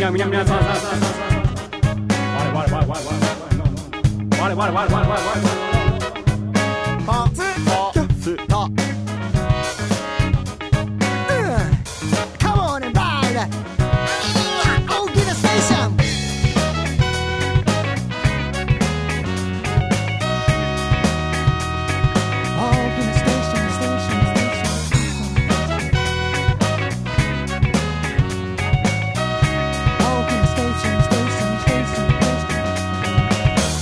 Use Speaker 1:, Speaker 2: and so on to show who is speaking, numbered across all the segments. Speaker 1: なみなみなさささささ我々我々我々我々我々我々我々
Speaker 2: ポツポツとうんカモンバイ大きなステーション大きなステーションステーションステーション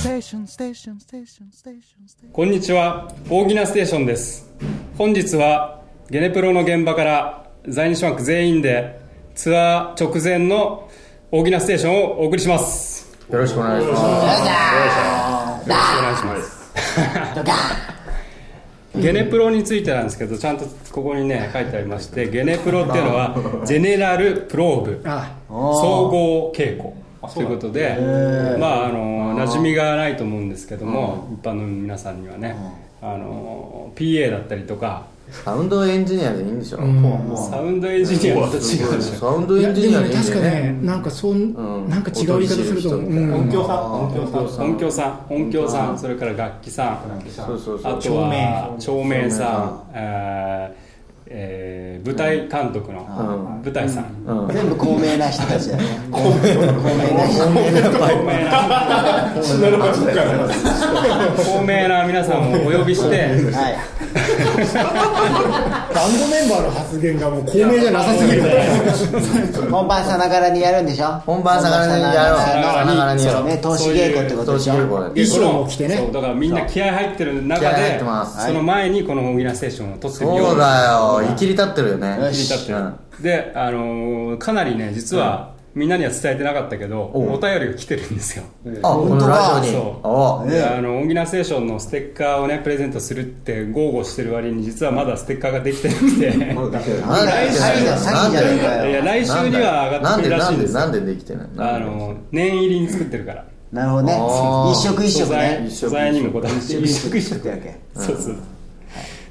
Speaker 2: Station, station, station, station, station.
Speaker 3: こんにちは、大木なステーションです。本日は、ゲネプロの現場から、在日ファンク全員で、ツアー直前の大木なステーションをお送りします。
Speaker 4: よろしくお願いします。
Speaker 3: ゲネプロについてなんですけど、ちゃんとここにね、書いてありまして、ゲネプロっていうの は、ジェネラルプローブ、総合稽古。ということで、まあ、あの、馴染みがないと思うんですけども、一般の皆さんにはね、あの、PA だったりとか、
Speaker 4: サウンドエンジニアでいいんでしょ
Speaker 3: サウンドエンジニアと違うでしょ。
Speaker 4: サウンド
Speaker 5: い
Speaker 4: エ
Speaker 5: や
Speaker 4: ンジ
Speaker 5: で
Speaker 4: ニ
Speaker 5: も
Speaker 4: アでい
Speaker 5: ね
Speaker 4: いん
Speaker 5: 確
Speaker 4: だよ
Speaker 5: か
Speaker 4: ね。
Speaker 5: ねなんかそうなんか違う言い方すると思う、
Speaker 4: 音
Speaker 5: うん
Speaker 6: 音響さん音響さん
Speaker 3: 音響さん音響さんそれから楽器さん
Speaker 4: そうそうそ
Speaker 3: あ
Speaker 4: う。
Speaker 3: とは照明さんえーえー舞台監督の舞台さん
Speaker 7: 全部高名な人たちだね高名な人
Speaker 3: 透明な透明な皆さんをお呼び して
Speaker 7: はい
Speaker 6: バンドメンバーの発言がもう高名じゃなさすぎる
Speaker 7: 本番さながらにやるんでしょ
Speaker 4: 本番さながらにやろう。さながらにやろ
Speaker 7: ね
Speaker 4: う。
Speaker 7: 投資稽古ってこと
Speaker 4: 投
Speaker 7: で
Speaker 4: 資
Speaker 7: しょ
Speaker 4: 稽古で。
Speaker 6: 衣装も着てね
Speaker 3: そうだからみんな気合入ってる
Speaker 4: 気合
Speaker 3: 中
Speaker 4: 入っ
Speaker 3: で
Speaker 4: てます
Speaker 3: その前にこの「大喜利ステーション」を撮ってみよう
Speaker 4: そうだよ。いきり立ってるよね。
Speaker 7: よ
Speaker 3: 切り
Speaker 7: し
Speaker 3: 立ってる
Speaker 4: うん
Speaker 3: で、あのーかなりね実はみんなには伝えてなかったけど、
Speaker 4: おう
Speaker 3: お便りが来てるんですよ、
Speaker 4: あ、このラジオに。
Speaker 3: そう
Speaker 4: お
Speaker 3: であのオギナステーションのステッカーをねプレゼントするって豪語してる割に実はまだステッカーができてなくて
Speaker 4: なんで
Speaker 7: 来週だ詐欺じゃねえか
Speaker 3: いや
Speaker 7: よ
Speaker 3: 来週には上がってくるらしいんですよ
Speaker 4: なんで、なんで、なんでできてない
Speaker 3: あの念入りに作ってるから
Speaker 7: なるほどね
Speaker 4: あー
Speaker 7: 一食一
Speaker 3: 素
Speaker 7: 食
Speaker 3: 材
Speaker 7: ね
Speaker 3: 素材にもこだわって
Speaker 7: 一食一
Speaker 3: 一
Speaker 7: 食やけ
Speaker 3: そうそう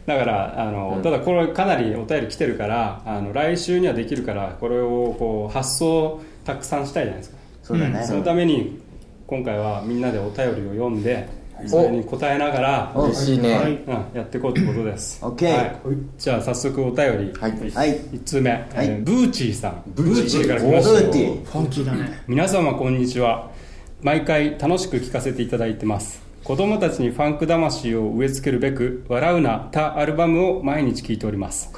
Speaker 3: だからあの、ただこれかなりお便り来てるからあの来週にはできるからこれをこう発送たくさんしたいじゃないですか
Speaker 7: そうだ
Speaker 3: その
Speaker 7: ね
Speaker 3: ために今回はみんなでお便りを読んでそれに答えながら、
Speaker 4: 嬉しいね。
Speaker 3: うん、やっていこうってことです。
Speaker 7: オッケー
Speaker 3: はいじゃあ早速お便り、
Speaker 4: はい。
Speaker 7: はい
Speaker 3: 1通目、えーブーチーさん。ブーチーから来
Speaker 7: ブ
Speaker 3: ました
Speaker 7: ーティー
Speaker 5: ファンキーだね
Speaker 3: 皆様こんにちは毎回楽しく聞かせていただいてます子供たちにファンク魂を植え付けるべく「笑うな」たアルバムを毎日聴いております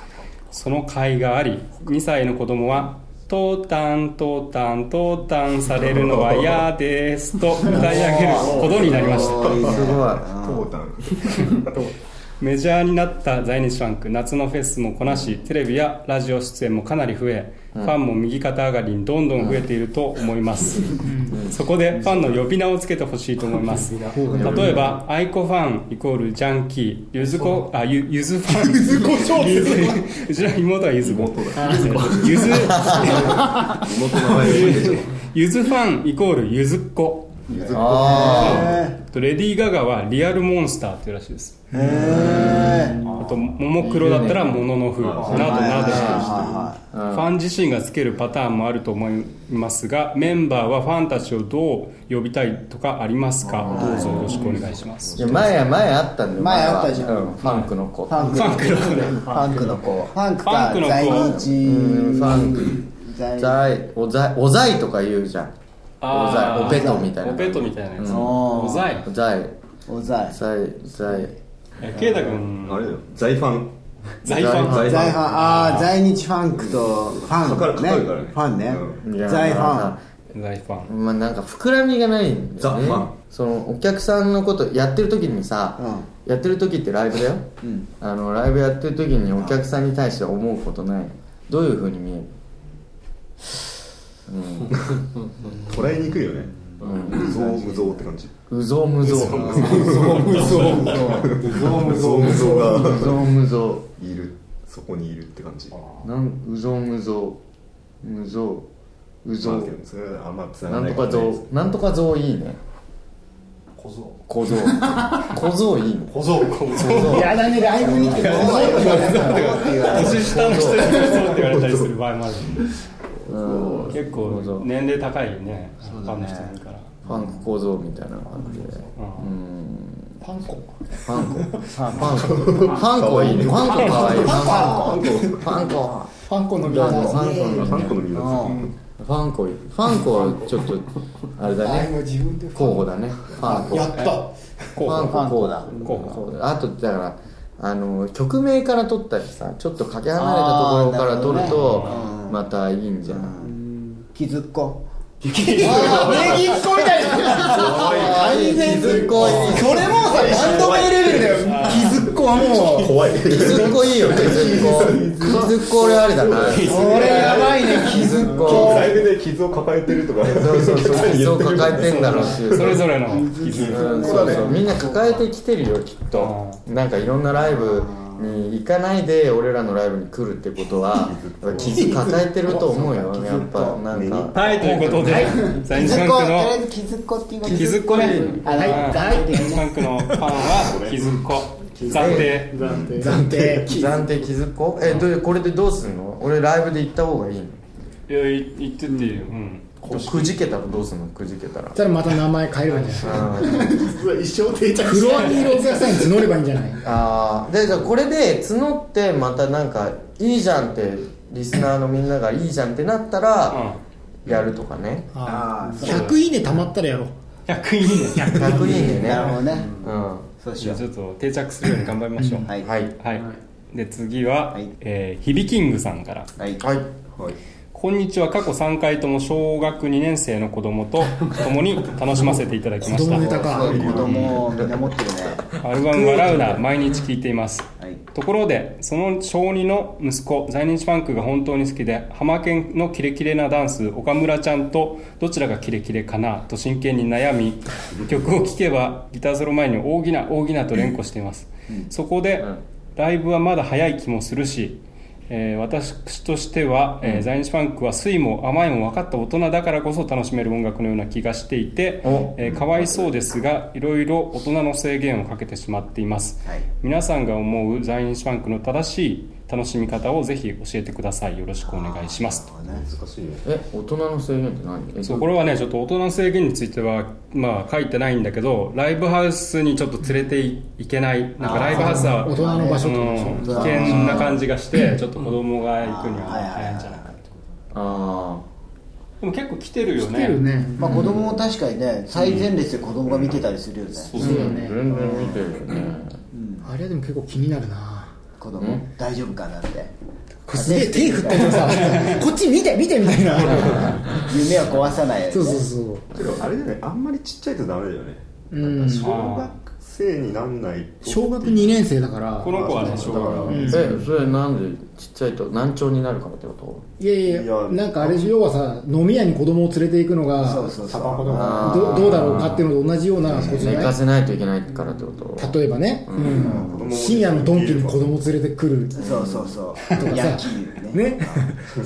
Speaker 3: その甲斐があり2歳の子供は「トータントータントータンされるのは嫌です」と歌い上げるほどになりました
Speaker 4: すごい。
Speaker 3: メジャーになった在日ファンク夏のフェスもこなしテレビやラジオ出演もかなり増え、ファンも右肩上がりにどんどん増えていると思います、そこでファンの呼び名をつけてほしいと思います例えばアイコファンイコールジャンキーゆずこあゆゆずファンゆず こ小説うちの妹はゆずこゆず ゆずファンイコールゆずっことレディー・ガガはリアルモンスターっていうらしいですあとももクロだったらもののふなどなどファン自身がつけるパターンもあると思いますがメンバーはファンたちをどう呼びたいとかありますかどうぞよろしくお願いします
Speaker 4: いや前前あったんだよ
Speaker 7: 前あった
Speaker 4: は
Speaker 7: じゃん
Speaker 4: うんファンクの子
Speaker 7: ファンク
Speaker 3: ファンクの子ね
Speaker 7: ファンクの子ファンク
Speaker 3: ファン
Speaker 7: か
Speaker 3: クの子
Speaker 7: 在
Speaker 4: うん
Speaker 7: 日
Speaker 4: ファン
Speaker 7: 在
Speaker 4: ク
Speaker 7: 日
Speaker 4: ざいおざいおざいとか言うじゃんおざいおペトみたいな
Speaker 3: おペトみたいなやつ
Speaker 4: うん
Speaker 3: おざい
Speaker 4: おざい
Speaker 7: お在
Speaker 4: ざいざい
Speaker 3: え圭太君
Speaker 8: あれだよ財ファン
Speaker 3: 財ファン
Speaker 8: 財
Speaker 7: 在ファンああ在日ファンクとファン
Speaker 8: かかるか
Speaker 7: ね
Speaker 8: かるからね
Speaker 7: ファンね
Speaker 4: いや
Speaker 7: 在ファ
Speaker 4: ま
Speaker 7: ン
Speaker 3: 財ファン
Speaker 4: あまあなんか膨らみがないんだよね
Speaker 8: ザファン
Speaker 4: そのお客さんのことやってる時にさ、やってる時ってライブだよ、あのライブやってる時にお客さんに対して思うことないどういうふうに見える
Speaker 8: 捉えにくいよね無造無造って感じ
Speaker 4: うぞうむぞう
Speaker 8: 無造無造が
Speaker 4: ぞうむぞ
Speaker 8: いるそこにいるって感じま
Speaker 4: うなんうぞうむぞうむぞううぞ
Speaker 8: あ
Speaker 4: う
Speaker 8: でもそれはあんまつな
Speaker 4: な
Speaker 8: が
Speaker 4: ん
Speaker 8: な
Speaker 4: と
Speaker 8: い
Speaker 4: か
Speaker 8: もね
Speaker 4: 像なんとか像いいね小僧小僧小僧いいね
Speaker 6: 小僧
Speaker 7: やだねライブに来
Speaker 3: 年
Speaker 7: て
Speaker 3: 下の人にそうって言われたりする場合もある
Speaker 4: うん
Speaker 3: 結
Speaker 4: 構造
Speaker 3: 構年齢高いねファンの人いるから
Speaker 4: パンク構造みたいな感じでうん
Speaker 6: パンコ
Speaker 4: パンコパンコパンコいいねパンコかわいいパンコパンコ
Speaker 6: パンコのビ
Speaker 4: パ
Speaker 6: ア
Speaker 4: ン
Speaker 6: だ
Speaker 4: コパンコ
Speaker 8: あ、3個のみんな好
Speaker 4: ファンコ、ファンコはちょっと、あれだ
Speaker 6: あ今
Speaker 4: ね、
Speaker 6: 自分で
Speaker 4: 候補だね。ファンコ。
Speaker 6: や
Speaker 4: フ
Speaker 6: った
Speaker 4: ァンコこうだ。
Speaker 3: 候補
Speaker 4: そうだあと、だから、あの、曲名から取ったりさ、ちょっとかけ離れたところから取ると、またいいんじゃない
Speaker 7: 気づっこ
Speaker 6: あー名義っ子みたいな
Speaker 4: 完全気づっこいい。
Speaker 6: それもさバンド名レベルだよ気づっこはもう
Speaker 8: 怖い。
Speaker 4: 気づっこいいよ、気づっこ。気づっこ俺あれだな。
Speaker 6: これやばいね気
Speaker 4: 気
Speaker 6: づ
Speaker 4: づ
Speaker 6: っ
Speaker 4: っ
Speaker 6: こ
Speaker 4: こ。
Speaker 8: ライブで傷を抱えてるとか。
Speaker 4: そうそうそう、傷を抱えてんだろうし。
Speaker 3: それぞれの
Speaker 4: う
Speaker 3: 傷
Speaker 4: んそうそうみんな抱えてきてるよきっとなんかいろんなライブに行かないで俺らのライブに来るってことはやっぱ傷抱えてると思うよやっぱなんか
Speaker 3: はいということでザイン
Speaker 7: 気
Speaker 3: フ
Speaker 7: づ
Speaker 3: ァ
Speaker 7: っ
Speaker 3: ン
Speaker 7: こと
Speaker 3: ク
Speaker 7: りあえ
Speaker 3: の
Speaker 7: ず気づっこっていうこと
Speaker 3: 気づっこね
Speaker 7: あはいはい
Speaker 3: ザインファンクのファンは気づっこ暫定
Speaker 6: 暫定
Speaker 4: 暫定傷っこえどうこれでどうすんの俺ライブで行った方がいいの
Speaker 3: いやい言ってっていううん
Speaker 4: くじけたらどうすんのくじけたら
Speaker 5: たらまた名前変えればいいんじゃない
Speaker 8: 一生定着
Speaker 5: フロアにいるお客さんに募ればいいんじゃない
Speaker 4: あーでじゃあこれで募ってまたなんかいいじゃんってリスナーのみんながいいじゃんってなったらやるとかね
Speaker 7: あー
Speaker 5: 100いいねたまったらやろう
Speaker 3: 100いいね
Speaker 4: 100いいね
Speaker 7: なるほど
Speaker 4: ね
Speaker 7: ね
Speaker 4: うん
Speaker 7: そうし
Speaker 3: じゃ
Speaker 7: よ
Speaker 3: あちょっと定着するように頑張りましょう
Speaker 7: うはい
Speaker 4: はい
Speaker 3: はいで次は
Speaker 7: はい
Speaker 3: えーヒビキングさんから
Speaker 7: はい
Speaker 4: はい
Speaker 3: こんにちは過去3回とも小学2年生の子供と共に楽しませていただきま
Speaker 5: 子
Speaker 3: し
Speaker 5: 供ネ
Speaker 3: た
Speaker 5: タか
Speaker 7: そういう子供をみんな持ってるね
Speaker 3: アルバム「笑うな」毎日聞いています
Speaker 7: はい
Speaker 3: ところでその小児の息子在日ファンクが本当に好きでハマケンのキレキレなダンス岡村ちゃんとどちらがキレキレかなと真剣に悩み曲を聴けばギターソロ前に大きな大きなと連呼しています、そこで、ライブはまだ早い気もするし、えー私としては、えー在日ファンクは酸いも甘いも分かった大人だからこそ楽しめる音楽のような気がしていて、
Speaker 4: お
Speaker 3: えーかわいそうですがいろいろ大人の制限をかけてしまっています、
Speaker 7: はい
Speaker 3: 皆さんが思う在日ファンクの正しい楽しみ方をぜひ教えてくださいよろしくお願いしますと
Speaker 8: 難しいね。
Speaker 4: え大人の制限って何え
Speaker 3: そうこれはねちょっと大人の制限についてはまあ書いてないんだけどライブハウスにちょっと連れていいけないなんかライブハウスは
Speaker 5: 大人の場所ってことでしょ
Speaker 3: うん危険な感じがしてちょっと子供が行くには早いんじゃないかと
Speaker 4: あ
Speaker 3: でも結構来てるよね
Speaker 5: 来てるね
Speaker 7: まあ子供も確かにね最前列で子供が見てたりするよね
Speaker 4: あそうだね全然見てるよね
Speaker 5: あれはでも結構気になるな
Speaker 7: 子供大丈夫かなって
Speaker 5: すげえ手振ったけど さこっち見て見てみたいな
Speaker 7: 夢を壊さないようにね
Speaker 5: そうそうそう
Speaker 8: けど、あれじゃない、あんまりちっちゃいとダメだよね。
Speaker 5: うん
Speaker 8: 小学生になんないと。
Speaker 5: 小学2年生だから
Speaker 3: この子はね小
Speaker 8: だ
Speaker 3: 学
Speaker 8: か
Speaker 4: えそれなんでちっちゃいと難聴になるからってこと
Speaker 5: いやいや
Speaker 8: いや
Speaker 5: なんかあれ要はさ飲み屋に子供を連れて行くのが
Speaker 7: そうそうそう
Speaker 4: あ
Speaker 5: どどうだろうかっていうのと同じようなことじゃ
Speaker 4: 寝
Speaker 5: な
Speaker 4: か
Speaker 5: い
Speaker 4: せないといけないからってこと
Speaker 5: 例えばね、うん深夜のドンキに子供連れてくる
Speaker 7: そうそうそう野球ね
Speaker 5: ね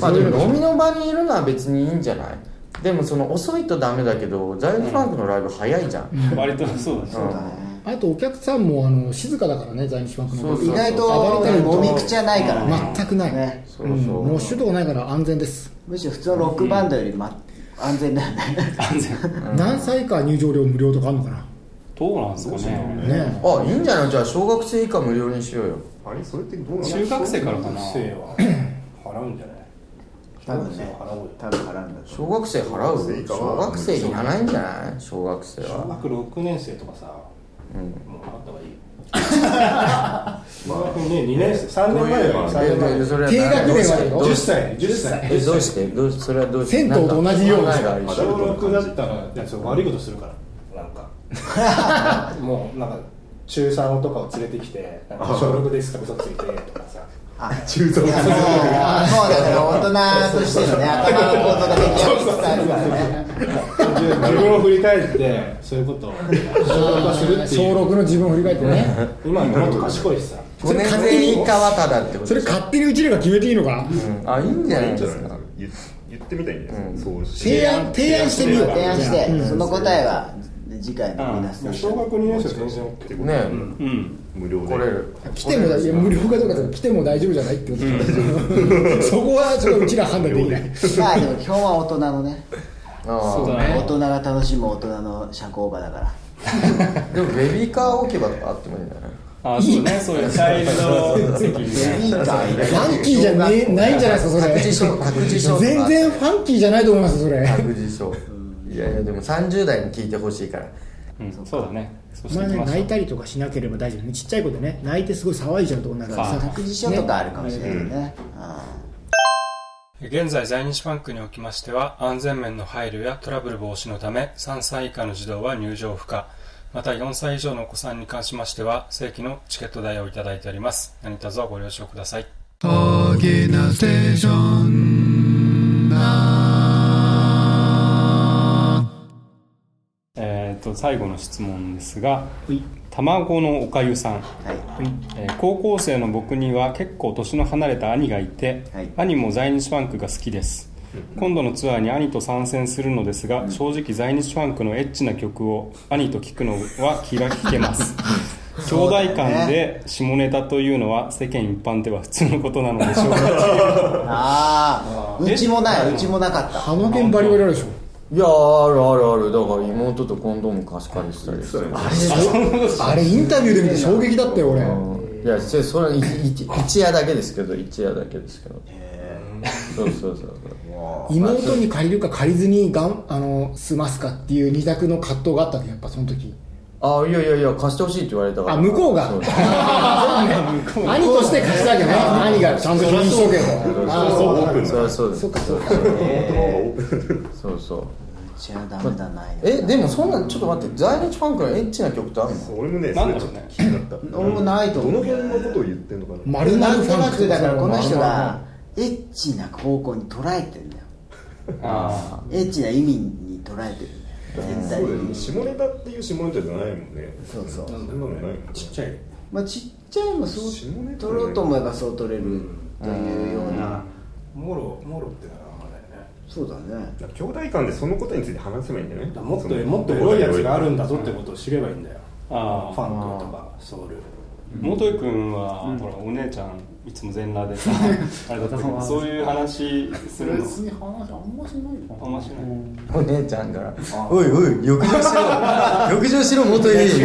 Speaker 4: まあでも飲みの場にいるのは別にいいんじゃないでもその遅いとダメだけどザイルファンクのライブ早いじゃん、
Speaker 3: 生割とそうだね
Speaker 5: あとお客さんもあの静かだからね在日ファンクの
Speaker 4: そう
Speaker 7: 意
Speaker 4: そう
Speaker 7: 外とねもみくちゃないからね
Speaker 5: 全くない、
Speaker 7: ね
Speaker 4: そう
Speaker 5: うん
Speaker 4: そう、
Speaker 5: もう首都がないから安全です、
Speaker 7: むしろ普通のロックバンドよりま安全だよね
Speaker 3: 安全
Speaker 5: 何歳以下入場料無料とかあるのかな
Speaker 3: どうなんですかね
Speaker 5: ね
Speaker 4: あいいんじゃないじゃあ小学生以下無料にしようよ
Speaker 8: あれ、それってどうなの
Speaker 3: 中学生からかな
Speaker 1: 払うんじゃない
Speaker 7: 多分ね多分払うんだ
Speaker 4: 小学生払
Speaker 8: 小学生以
Speaker 4: う
Speaker 8: 下は
Speaker 4: 小学生いらないんじゃない小学生
Speaker 1: 小
Speaker 4: は
Speaker 1: 学6年生とかさ、もう払った方がいいよ小学ね2年生3年前だよ3
Speaker 4: え
Speaker 1: 年前
Speaker 4: えそれは
Speaker 5: 低学年は
Speaker 1: 10歳10歳
Speaker 4: えどうしてどうしてそれはどうして
Speaker 5: 銭湯と同じように
Speaker 4: なんか考えがある
Speaker 1: 小6だったらいやそう悪いことするからなんか もうなんか中3とかを連れてきてなんか小6ですとか嘘ついてとか さ
Speaker 8: 中
Speaker 7: いやもうもうだから大人としてのね頭の構造が出来上がってあるからね
Speaker 1: 自分を振り返ってそういうことを小6はするってい
Speaker 5: 小
Speaker 1: う
Speaker 5: 6の自分を振り返ってね
Speaker 1: 今もっと賢いしさ
Speaker 4: 5年生以下はただってこと
Speaker 5: それ
Speaker 4: でしょ
Speaker 5: 勝手にうちらが決めていいのかな
Speaker 4: あいいんじゃない
Speaker 8: いいん
Speaker 4: で
Speaker 8: じゃ
Speaker 4: す
Speaker 8: な
Speaker 4: か
Speaker 8: い言言ってみたいんじゃないそうし
Speaker 5: 提案提案してみよう
Speaker 7: 提案してその答えはで次回の皆さん
Speaker 1: 小学2年生全然 OK
Speaker 4: ね
Speaker 3: うん
Speaker 8: 無料で
Speaker 4: 来れる
Speaker 5: 来てもだいや無料かどうかとか来ても大丈夫じゃないってことでしょそこはちょっとうちら判断できない
Speaker 7: まあでも基本は大人のね
Speaker 4: あ
Speaker 3: そうだ
Speaker 7: 大
Speaker 3: ね
Speaker 7: 人が楽しむ大人の社交場だから
Speaker 4: あでもベビーカー置けばとかあってもいいんじゃない
Speaker 3: あそうねそういうチャイルド席
Speaker 7: ベ
Speaker 3: にね
Speaker 7: ビーカーいら
Speaker 5: フ
Speaker 7: ない
Speaker 5: ァンキーじゃねないんじゃないですかそれ
Speaker 4: 託児所託児所とか
Speaker 5: 全然ファンキーじゃないと思いますそれ
Speaker 4: 託児所いやいやでも30代に聞いてほしいから
Speaker 3: うんそうだねそ
Speaker 5: お
Speaker 3: して
Speaker 5: 前
Speaker 3: いき
Speaker 5: ね
Speaker 3: まし
Speaker 5: 泣
Speaker 3: ょ
Speaker 5: いうたりとかしなければ大丈夫ねちっちゃい子でね泣いてすごい騒いじゃうとこだから
Speaker 3: はい
Speaker 5: さ
Speaker 7: 託児所とかあるかもしれないね
Speaker 3: 現在在日パンクにおきましては安全面の配慮やトラブル防止のため3歳以下の児童は入場不可また4歳以上のお子さんに関しましては正規のチケット代をいただいております何卒ご了承くださいえー、と最後の質問ですが卵のおかゆさん、えー高校生の僕には結構年の離れた兄がいて、
Speaker 7: はい
Speaker 3: 兄も在日ファンクが好きです今度のツアーに兄と参戦するのですが、正直在日ファンクのエッチな曲を兄と聞くのは気が利けます 兄弟間で下ネタというのは世間一般では普通のことなのでしょう か
Speaker 7: ああうちもないうちもなかった
Speaker 5: あの件バリバリあるでしょ
Speaker 4: いやあるあるあるだから妹とコンドーム貸し借りしたりして
Speaker 5: あれインタビューで見て衝撃だったよ俺
Speaker 4: うんいやそれそれい一一夜だけですけど一夜だけですけどそうそうそう
Speaker 5: 妹に借りるか借りずにがんあの済ますかっていう二択の葛藤があったんでやっぱその時
Speaker 4: あいやいやいや貸してほしいって言われたから
Speaker 5: あ向こうが
Speaker 4: そ
Speaker 5: 兄として貸したわけね兄がちゃんと返事しとけとああそう
Speaker 8: オープン
Speaker 4: そう
Speaker 8: だ
Speaker 4: そうそうそうそうそう
Speaker 7: うちはダメだない
Speaker 4: えでもそんなちょっと待って在日ファンクのエッチな曲ってあるの
Speaker 8: 俺もね
Speaker 3: な
Speaker 8: そ
Speaker 3: ん
Speaker 8: れ
Speaker 3: だ
Speaker 8: ち
Speaker 3: ろう
Speaker 8: ょっと
Speaker 3: ね
Speaker 8: 気になった
Speaker 7: 俺もないと
Speaker 8: ど
Speaker 7: 思
Speaker 8: の
Speaker 7: う
Speaker 8: 辺のことを言ってんのかな
Speaker 5: 丸々
Speaker 7: なん
Speaker 5: フ
Speaker 7: と
Speaker 5: ァ
Speaker 7: な
Speaker 5: ン
Speaker 7: く
Speaker 5: ク
Speaker 7: だからこの人がエッチな方向に捉えてんだよ
Speaker 3: あ
Speaker 7: エッチな意味に捉えてるんだよ絶対
Speaker 8: そうだよね
Speaker 7: に
Speaker 8: 下ネタっていう下ネタじゃないもんね
Speaker 7: そうそう
Speaker 8: そんなのないもんね
Speaker 3: ちっちゃい
Speaker 7: まあちっちゃいもそう
Speaker 8: 下ネタ
Speaker 7: 取ろうと思えばそう取れるというような
Speaker 1: モロモロってのはあんまないね
Speaker 7: そうだね
Speaker 8: だから兄弟間でそのことについて話せばいいんじゃない
Speaker 1: だからもっと
Speaker 8: その
Speaker 1: もっとエロいやつがあるんだぞってことを知ればいいんだよフ
Speaker 3: ああ
Speaker 1: ァンクとかソウル
Speaker 3: 元井君は、ほらお姉ちゃんいつも全裸でさ あれだったけどそういう話するの別に話あんましないあんましない
Speaker 4: お姉ちゃんから「おいおい浴場し ろ浴場しろ元いい」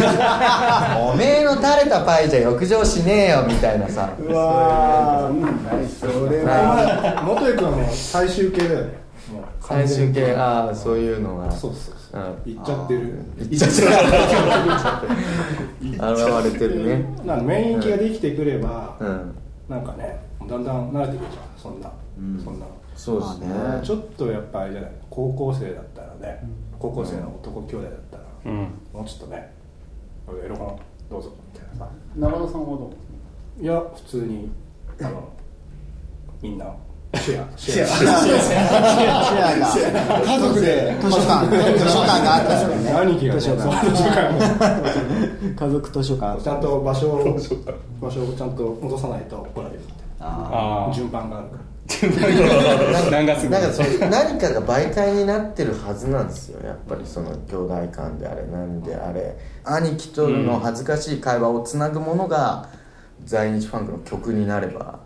Speaker 4: おめえの垂れたパイじゃ浴場しねえよ」みたいなさ
Speaker 1: うわそれは元井君はもう最終形だよねもう
Speaker 4: 最終形ああそういうのが
Speaker 1: そうそうそう
Speaker 4: うん
Speaker 1: いっちゃってる
Speaker 4: いっちゃってる現れてるね
Speaker 1: なんか免疫ができてくれば、
Speaker 4: うん
Speaker 1: なんかねだんだん慣れてくるじゃんそんな、そんなの
Speaker 4: そうですね
Speaker 1: ちょっとやっぱあれじゃない高校生だったらね、高校生の男兄弟だったら、
Speaker 3: うん
Speaker 1: もうちょっとねエロ本どうぞみたいなさ
Speaker 9: 長田さんはどう
Speaker 1: いや普通にあのみんなシ ェアシェア
Speaker 7: シェアが家族で図書館図書館があったからね
Speaker 1: 兄貴がね
Speaker 7: 図書館
Speaker 1: そう図書館
Speaker 7: 家族図書館
Speaker 1: ちゃんと場所 を場所をちゃんと戻さないと怒られるみたい
Speaker 3: あ
Speaker 1: な
Speaker 3: あ
Speaker 1: 順番があるから
Speaker 3: 何月ぐ
Speaker 4: な
Speaker 3: ら
Speaker 4: ん
Speaker 3: い
Speaker 4: かその何かが媒介になってるはずなんですよやっぱりその兄弟間であれなんであれ兄貴との恥ずかしい会話をつなぐものが在日ファンクの曲になれば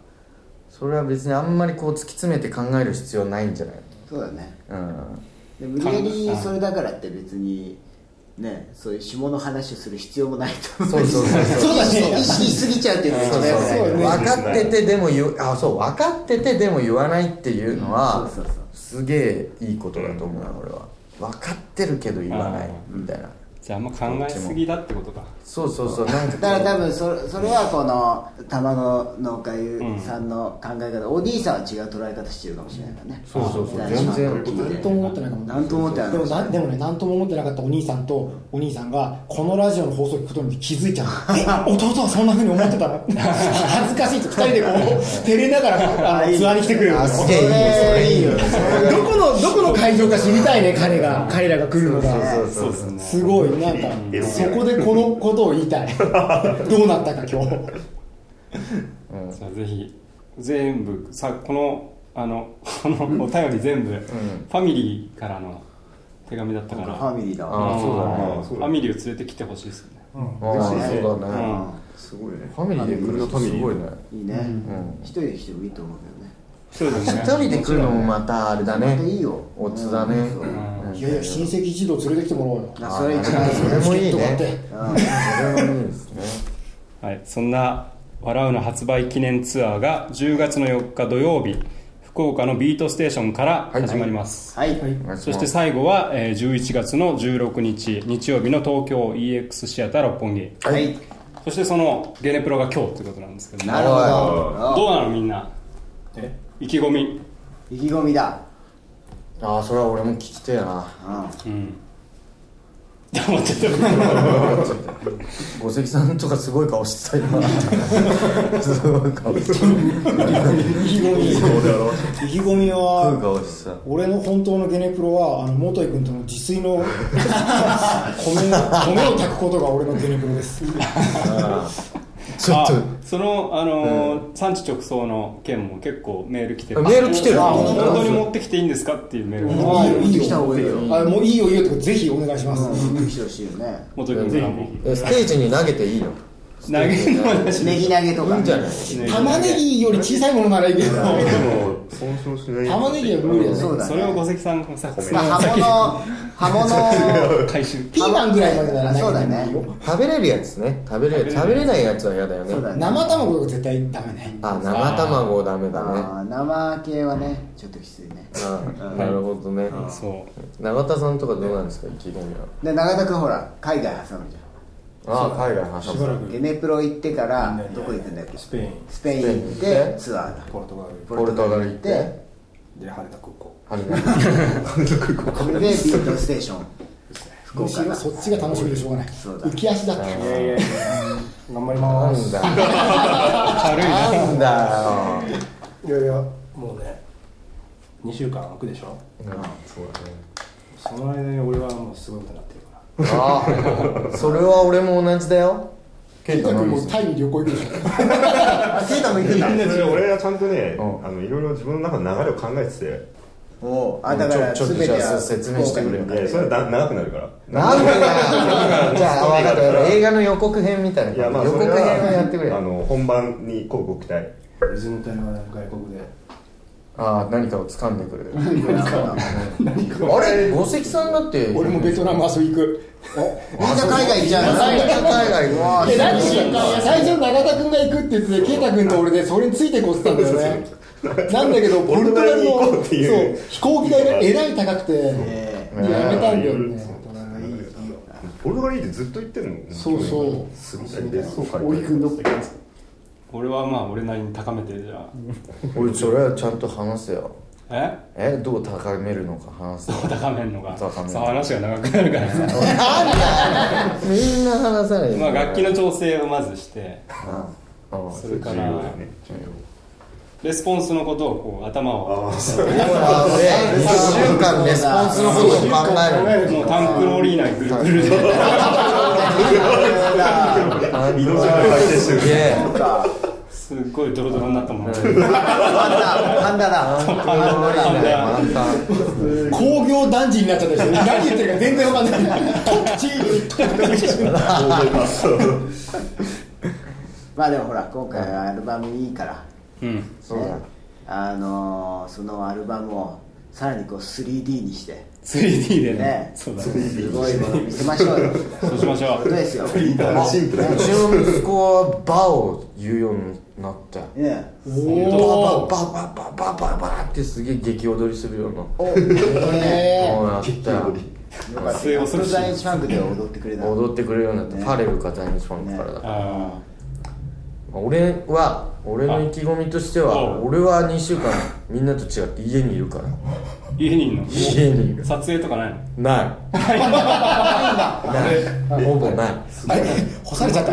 Speaker 4: それは別にあんまりこう突き詰めて考える必要ないんじゃない
Speaker 7: そうだね
Speaker 4: うん
Speaker 7: で無理やりそれだからって別にねそういう下の話をする必要もないと思
Speaker 4: そうそうそうそう
Speaker 7: そうだね意識しすぎちゃうっていうのが一
Speaker 4: そう
Speaker 7: 番良くない
Speaker 4: そう
Speaker 7: よね
Speaker 4: 分かっててでも言うあそう分かっててでも言わないっていうのは
Speaker 7: そうそうそう
Speaker 4: すげえいいことだと思うな俺は分かってるけど言わないみたいな
Speaker 3: じゃああんま考えすぎだってことか
Speaker 4: そうそうそうなんかこう
Speaker 7: だから多分そそれはこの玉の農家ゆさんの考え方、お兄さんは違う捉え方してるかもしれないからね
Speaker 4: そうそうそう
Speaker 7: あ
Speaker 4: 全然
Speaker 7: 聞いて
Speaker 5: 何とも思ってないかも
Speaker 7: なんとも思ってない
Speaker 5: でもなでもね何とも思ってなかったお兄さんとお兄さんがこのラジオの放送を聞くことに気づいち ゃうえ弟はそんなふうに思ってたの 恥ずかしいと二人でこ う照れながらあのツアーに来てくれる
Speaker 4: あすげえいいねそれいいよ
Speaker 5: どこのどこの会場か知りたいね彼が彼らが来るのが
Speaker 4: そうそうそう
Speaker 5: すごいなんかそこでこ のことを言いたいどうなったか今日
Speaker 3: じゃあぜひ全部 さこのあのこのお便り全部、ファミリーからの手紙だったから
Speaker 7: ファミリーだわ
Speaker 4: ああそうだ
Speaker 8: あ
Speaker 4: ね
Speaker 8: あそう
Speaker 3: フ
Speaker 8: だ
Speaker 3: ァ
Speaker 8: ね
Speaker 3: ミリーを連れてきてほしいですよね
Speaker 4: ああそうだね
Speaker 8: すごいね
Speaker 4: ファミリーで来るのすごいね
Speaker 7: いいね一人で来てもいいと思うけどね
Speaker 3: そうです
Speaker 4: 一
Speaker 3: ね
Speaker 4: 人で来るのもまたあれだね
Speaker 7: またいいよ
Speaker 4: オツだね
Speaker 7: そう
Speaker 5: いやいや親戚一同連れてきてもらおうよ
Speaker 7: あそれ一番いい
Speaker 4: それもいい
Speaker 5: とか
Speaker 4: ね
Speaker 5: って
Speaker 4: それもいいですね
Speaker 3: はい、そんな「笑う」の発売記念ツアーが10月の4日土曜日福岡のビートステーションから始まります、
Speaker 7: はいはい
Speaker 4: お願いし
Speaker 3: そ
Speaker 4: ま
Speaker 3: して
Speaker 4: す
Speaker 3: 最後は、えー11月の16日日曜日の東京 EX シアター六本木
Speaker 7: はい
Speaker 3: そしてそのゲネプロが今日ということなんですけど
Speaker 7: なるほど
Speaker 3: どうなのみんな
Speaker 1: え
Speaker 3: 意気込み
Speaker 7: 意気込みだ
Speaker 4: ああそれは俺も聞きてえな
Speaker 3: うん黙ってた
Speaker 4: 五関さんとかすごい顔してた今 すごい顔してた
Speaker 5: 意気込み意気込み
Speaker 4: すごい
Speaker 5: は
Speaker 4: 顔してた
Speaker 5: 俺の本当のゲネプロはあの元井君との自炊の 米米を炊くことが俺のゲネプロです
Speaker 4: ちょっと
Speaker 3: あその、あのー産地直送の件も結構メール来てる
Speaker 4: あメール来てる
Speaker 3: あ本当に持ってきていいんですかっていうメールが
Speaker 5: いいよいいよ
Speaker 7: 来た方がいいよ
Speaker 5: あもういいよいいよってことぜひお願いします、
Speaker 7: うん来てほしいよね
Speaker 3: 元井君からも
Speaker 4: えステージに投げていいの
Speaker 3: 投げるのは
Speaker 7: ネギ投げとか
Speaker 4: いいんじゃない
Speaker 5: 玉ねぎより小さいものならいいけど
Speaker 8: でも損傷しない
Speaker 5: 玉ねぎは無理だね
Speaker 7: そうだ
Speaker 3: それを
Speaker 7: ね
Speaker 3: 五関さんがさそ
Speaker 7: ま
Speaker 3: の
Speaker 7: あ
Speaker 3: 先
Speaker 7: 刃物刃物
Speaker 3: 回収
Speaker 5: ピーマンぐらいまでならない
Speaker 7: そうだね
Speaker 4: 食べれるやつね食べれる食べれないやつは嫌だよね
Speaker 7: そうだね
Speaker 5: 生卵とか絶対ダメね
Speaker 4: あ生卵ダメだね
Speaker 7: あー生系はねちょっときついね
Speaker 4: あなるほどね
Speaker 3: そう
Speaker 4: 永田さんとかどうなんですか意気込みは
Speaker 7: で永田君ほら海外挟むじゃ
Speaker 4: ああ海外
Speaker 1: しば
Speaker 4: 挟
Speaker 1: ら
Speaker 4: む
Speaker 1: く
Speaker 7: んゲネプロ行ってからどこ行くんだっけ
Speaker 1: スペイン
Speaker 7: スペイン行ってツアーだ
Speaker 1: ポルトガル
Speaker 4: ポルトガル行って
Speaker 1: で羽田空港
Speaker 4: 羽田
Speaker 7: これでビートステーション福
Speaker 5: むし
Speaker 7: 岡
Speaker 5: ろ
Speaker 7: だ
Speaker 5: そっちが楽しみでしょうがない
Speaker 7: そうだ
Speaker 5: 浮き足だった
Speaker 1: いやいやいや頑張り
Speaker 4: な
Speaker 1: ます
Speaker 4: んだなんだよ
Speaker 1: いやいやもうね2週間空くでしょ
Speaker 4: そうだね
Speaker 1: その間に俺はもうすごいことになってるから
Speaker 4: ああそれは俺も同じだよ
Speaker 5: ケイタ君もタイに旅行行くで しょ
Speaker 7: あケイタも行くんだ
Speaker 8: それ俺はちゃんとね、
Speaker 4: うん
Speaker 8: あのいろいろ自分の中の流れを考えてて
Speaker 7: おうあだから
Speaker 4: ちょちょっ
Speaker 7: 全
Speaker 4: と
Speaker 7: て
Speaker 4: じゃ
Speaker 7: は
Speaker 4: あ説明してくれよ
Speaker 8: いやそれはだ長くなるから
Speaker 4: なんでだよじゃあ分かった分かった映画の予告編みたいない
Speaker 8: やまあ
Speaker 4: 予
Speaker 8: そ
Speaker 4: 告
Speaker 8: れ
Speaker 4: 編
Speaker 8: は
Speaker 4: をやってくれ
Speaker 8: あの本番に広告期待
Speaker 1: 水の体は外国で
Speaker 4: ああ何かを掴んでくる
Speaker 1: 何か
Speaker 4: あれ五関さんだって
Speaker 5: 俺もベトナム遊び行く
Speaker 7: みんな海外行っちゃうんだ
Speaker 4: 海外 海外うわ
Speaker 5: え何しようか最初永田君が行くって言ってて圭太君と俺でそれについてこうってたんだよねなんだけどポルトガルの
Speaker 8: ポルトガルに行こうっていう
Speaker 5: そう飛行機代がえらい高くてや
Speaker 7: え
Speaker 5: めたんだよね
Speaker 8: ポルトガルいいってずっと言ってんの
Speaker 5: そうそう
Speaker 8: すごい別荘借り
Speaker 5: 大
Speaker 8: て
Speaker 5: 井君どっか
Speaker 3: 俺はまあ俺なりに高めてじゃ
Speaker 4: おいそれはちゃんと話せよ
Speaker 3: あえ
Speaker 4: えどう高めるのか話せよ
Speaker 3: 高めんのが
Speaker 4: 高
Speaker 3: さ
Speaker 4: めん
Speaker 3: あ話が長くなるからさ
Speaker 4: みんな話さないよ
Speaker 3: まあ楽器の調整をまずして
Speaker 4: うん
Speaker 3: それか
Speaker 8: 重要だ
Speaker 3: ら
Speaker 8: よね重要
Speaker 3: レスポンスのことをこう頭を
Speaker 4: ほら俺1週間レスポンスのことを考える
Speaker 3: もうタンクローリー内ぐるぐるで
Speaker 8: 移動時間改善してる
Speaker 4: すげえ
Speaker 3: すっごいドロドロになったもんね
Speaker 7: パンダパンダ
Speaker 4: タン
Speaker 7: だ
Speaker 4: クローリーだよ満タン
Speaker 5: 工業団地になっちゃったりして何言ってるか全然わかんない特地
Speaker 7: まあでもほら今回はアルバムいいから
Speaker 3: うん
Speaker 4: そうだ
Speaker 7: あのーそのアルバムをさらにこう 3D にして
Speaker 3: 3D でね
Speaker 7: ね
Speaker 3: そうだね
Speaker 7: すごいもの見せましょうよ
Speaker 3: そうしましょ
Speaker 7: そう
Speaker 3: う
Speaker 7: ですよ
Speaker 4: うちの息子はバを言うようになったよ
Speaker 7: ね
Speaker 4: ババババババババってすげえ激踊りするようなおやったよ
Speaker 7: よかった
Speaker 3: 末
Speaker 7: よ
Speaker 3: 恐ろしい
Speaker 7: 在日ファンクでは踊ってくれた
Speaker 4: 踊ってくれるようになった
Speaker 7: ね
Speaker 4: ファレルか在日ファンクからだ
Speaker 3: あ
Speaker 4: 俺は俺の意気込みとして
Speaker 3: あ
Speaker 4: は俺は2週間みんなと違って家にいるから
Speaker 3: あ家にいんの
Speaker 4: 家にいる
Speaker 3: 撮影とかない の
Speaker 4: ないないほぼない
Speaker 5: 干されちゃった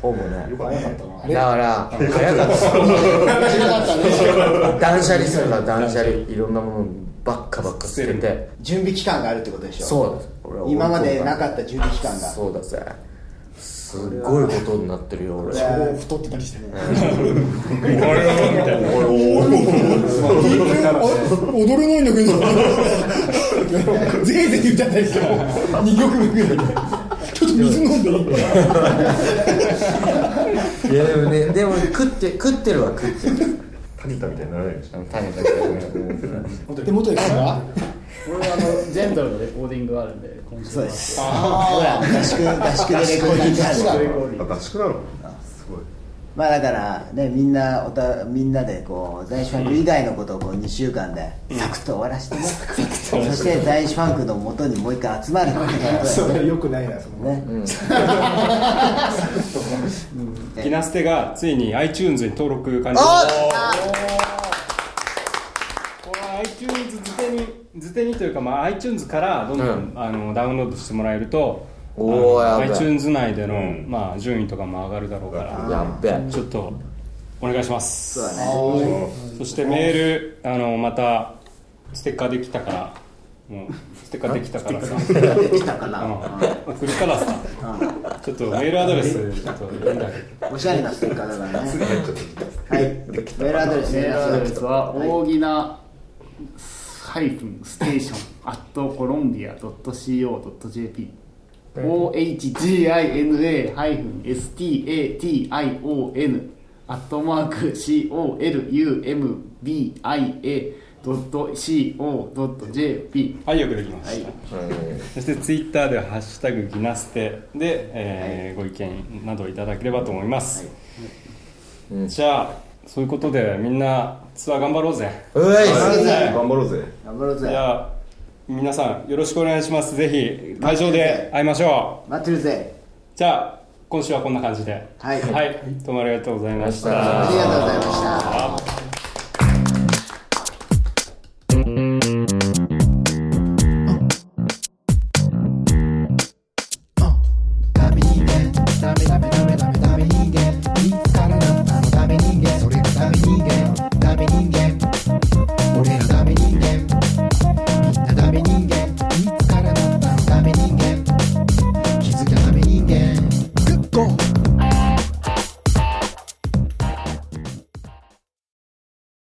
Speaker 4: ほぼないだか
Speaker 1: 早かったな
Speaker 4: ら早かっ
Speaker 5: しなかったね
Speaker 4: た断捨離するから断捨離いろんなものばっかばっか捨て
Speaker 3: 捨て
Speaker 4: て
Speaker 7: 準備期間があるってことでしょ
Speaker 4: そうです俺は
Speaker 7: 今までなかった準備期間が
Speaker 4: そうだぜすっごいことになってるよ俺
Speaker 7: れは
Speaker 5: もう太ってたりして
Speaker 8: おいおい
Speaker 5: 踊れないんだけどぜいぜい言っちゃったりしても2曲目ぐらいでちょっと水飲んでいい
Speaker 4: いやでもねでも食って食ってるは食ってる
Speaker 8: タニタみたいにならないでしょ
Speaker 4: 大変だけどね
Speaker 5: で元井君は
Speaker 9: 俺はあのジェントルのレコーディングがあるんで今週
Speaker 7: そう
Speaker 9: は
Speaker 7: ですほら合宿合宿でレコーディングある
Speaker 8: あ合宿なのすごい
Speaker 7: まあだからねみんなおたみんなでこう在日ファンク以外のことをこう2週間でサクッと終わらせてね、そして在日ファンクのもとにもう一回集まるってことです
Speaker 1: そ
Speaker 7: よね
Speaker 1: れよくないなその
Speaker 7: ね
Speaker 3: ギナステがついに iTunes に登録完了これは iTunes 図手に図手にというか、まあ、iTunes からどんどん、あのダウンロードしてもらえると
Speaker 4: おー
Speaker 3: あの
Speaker 4: やばい
Speaker 3: iTunes 内での、まあ、順位とかも上がるだろうから
Speaker 4: やっべえ
Speaker 3: ちょっとお願いします
Speaker 7: そうだね
Speaker 3: そしてメールあのまたステッカーできたからもうステッカーできたからさ
Speaker 7: できたかな、
Speaker 3: うん送るからさちょっとメールアドレスちょっと読んであげて
Speaker 7: おしゃれなステッカーだからねはいメールアドレス
Speaker 9: メールアドレスは
Speaker 7: はい
Speaker 9: 大木なハイフンステーションアットコロンビア .co.jp OHGINA ハイフン STATION アットマーク COLUMBIA ドット CO ドット JP
Speaker 3: はい、よくできました。そしてツイッターではハッシュタグギナステで、えーご意見などいただければと思います。じゃあ、そういうことでみんなツアー頑張ろうぜ。
Speaker 4: うえい
Speaker 8: 頑張ろうぜ
Speaker 7: 頑張ろう
Speaker 3: じ
Speaker 7: ぜ
Speaker 3: ゃあ、皆さんよろしくお願いします。ぜひ会場で会いましょう。
Speaker 7: 待ってるぜ
Speaker 3: じゃあ、今週はこんな感じで。
Speaker 7: はい
Speaker 3: はい、どうもありがとうございました。
Speaker 7: ありがとうございました
Speaker 3: あ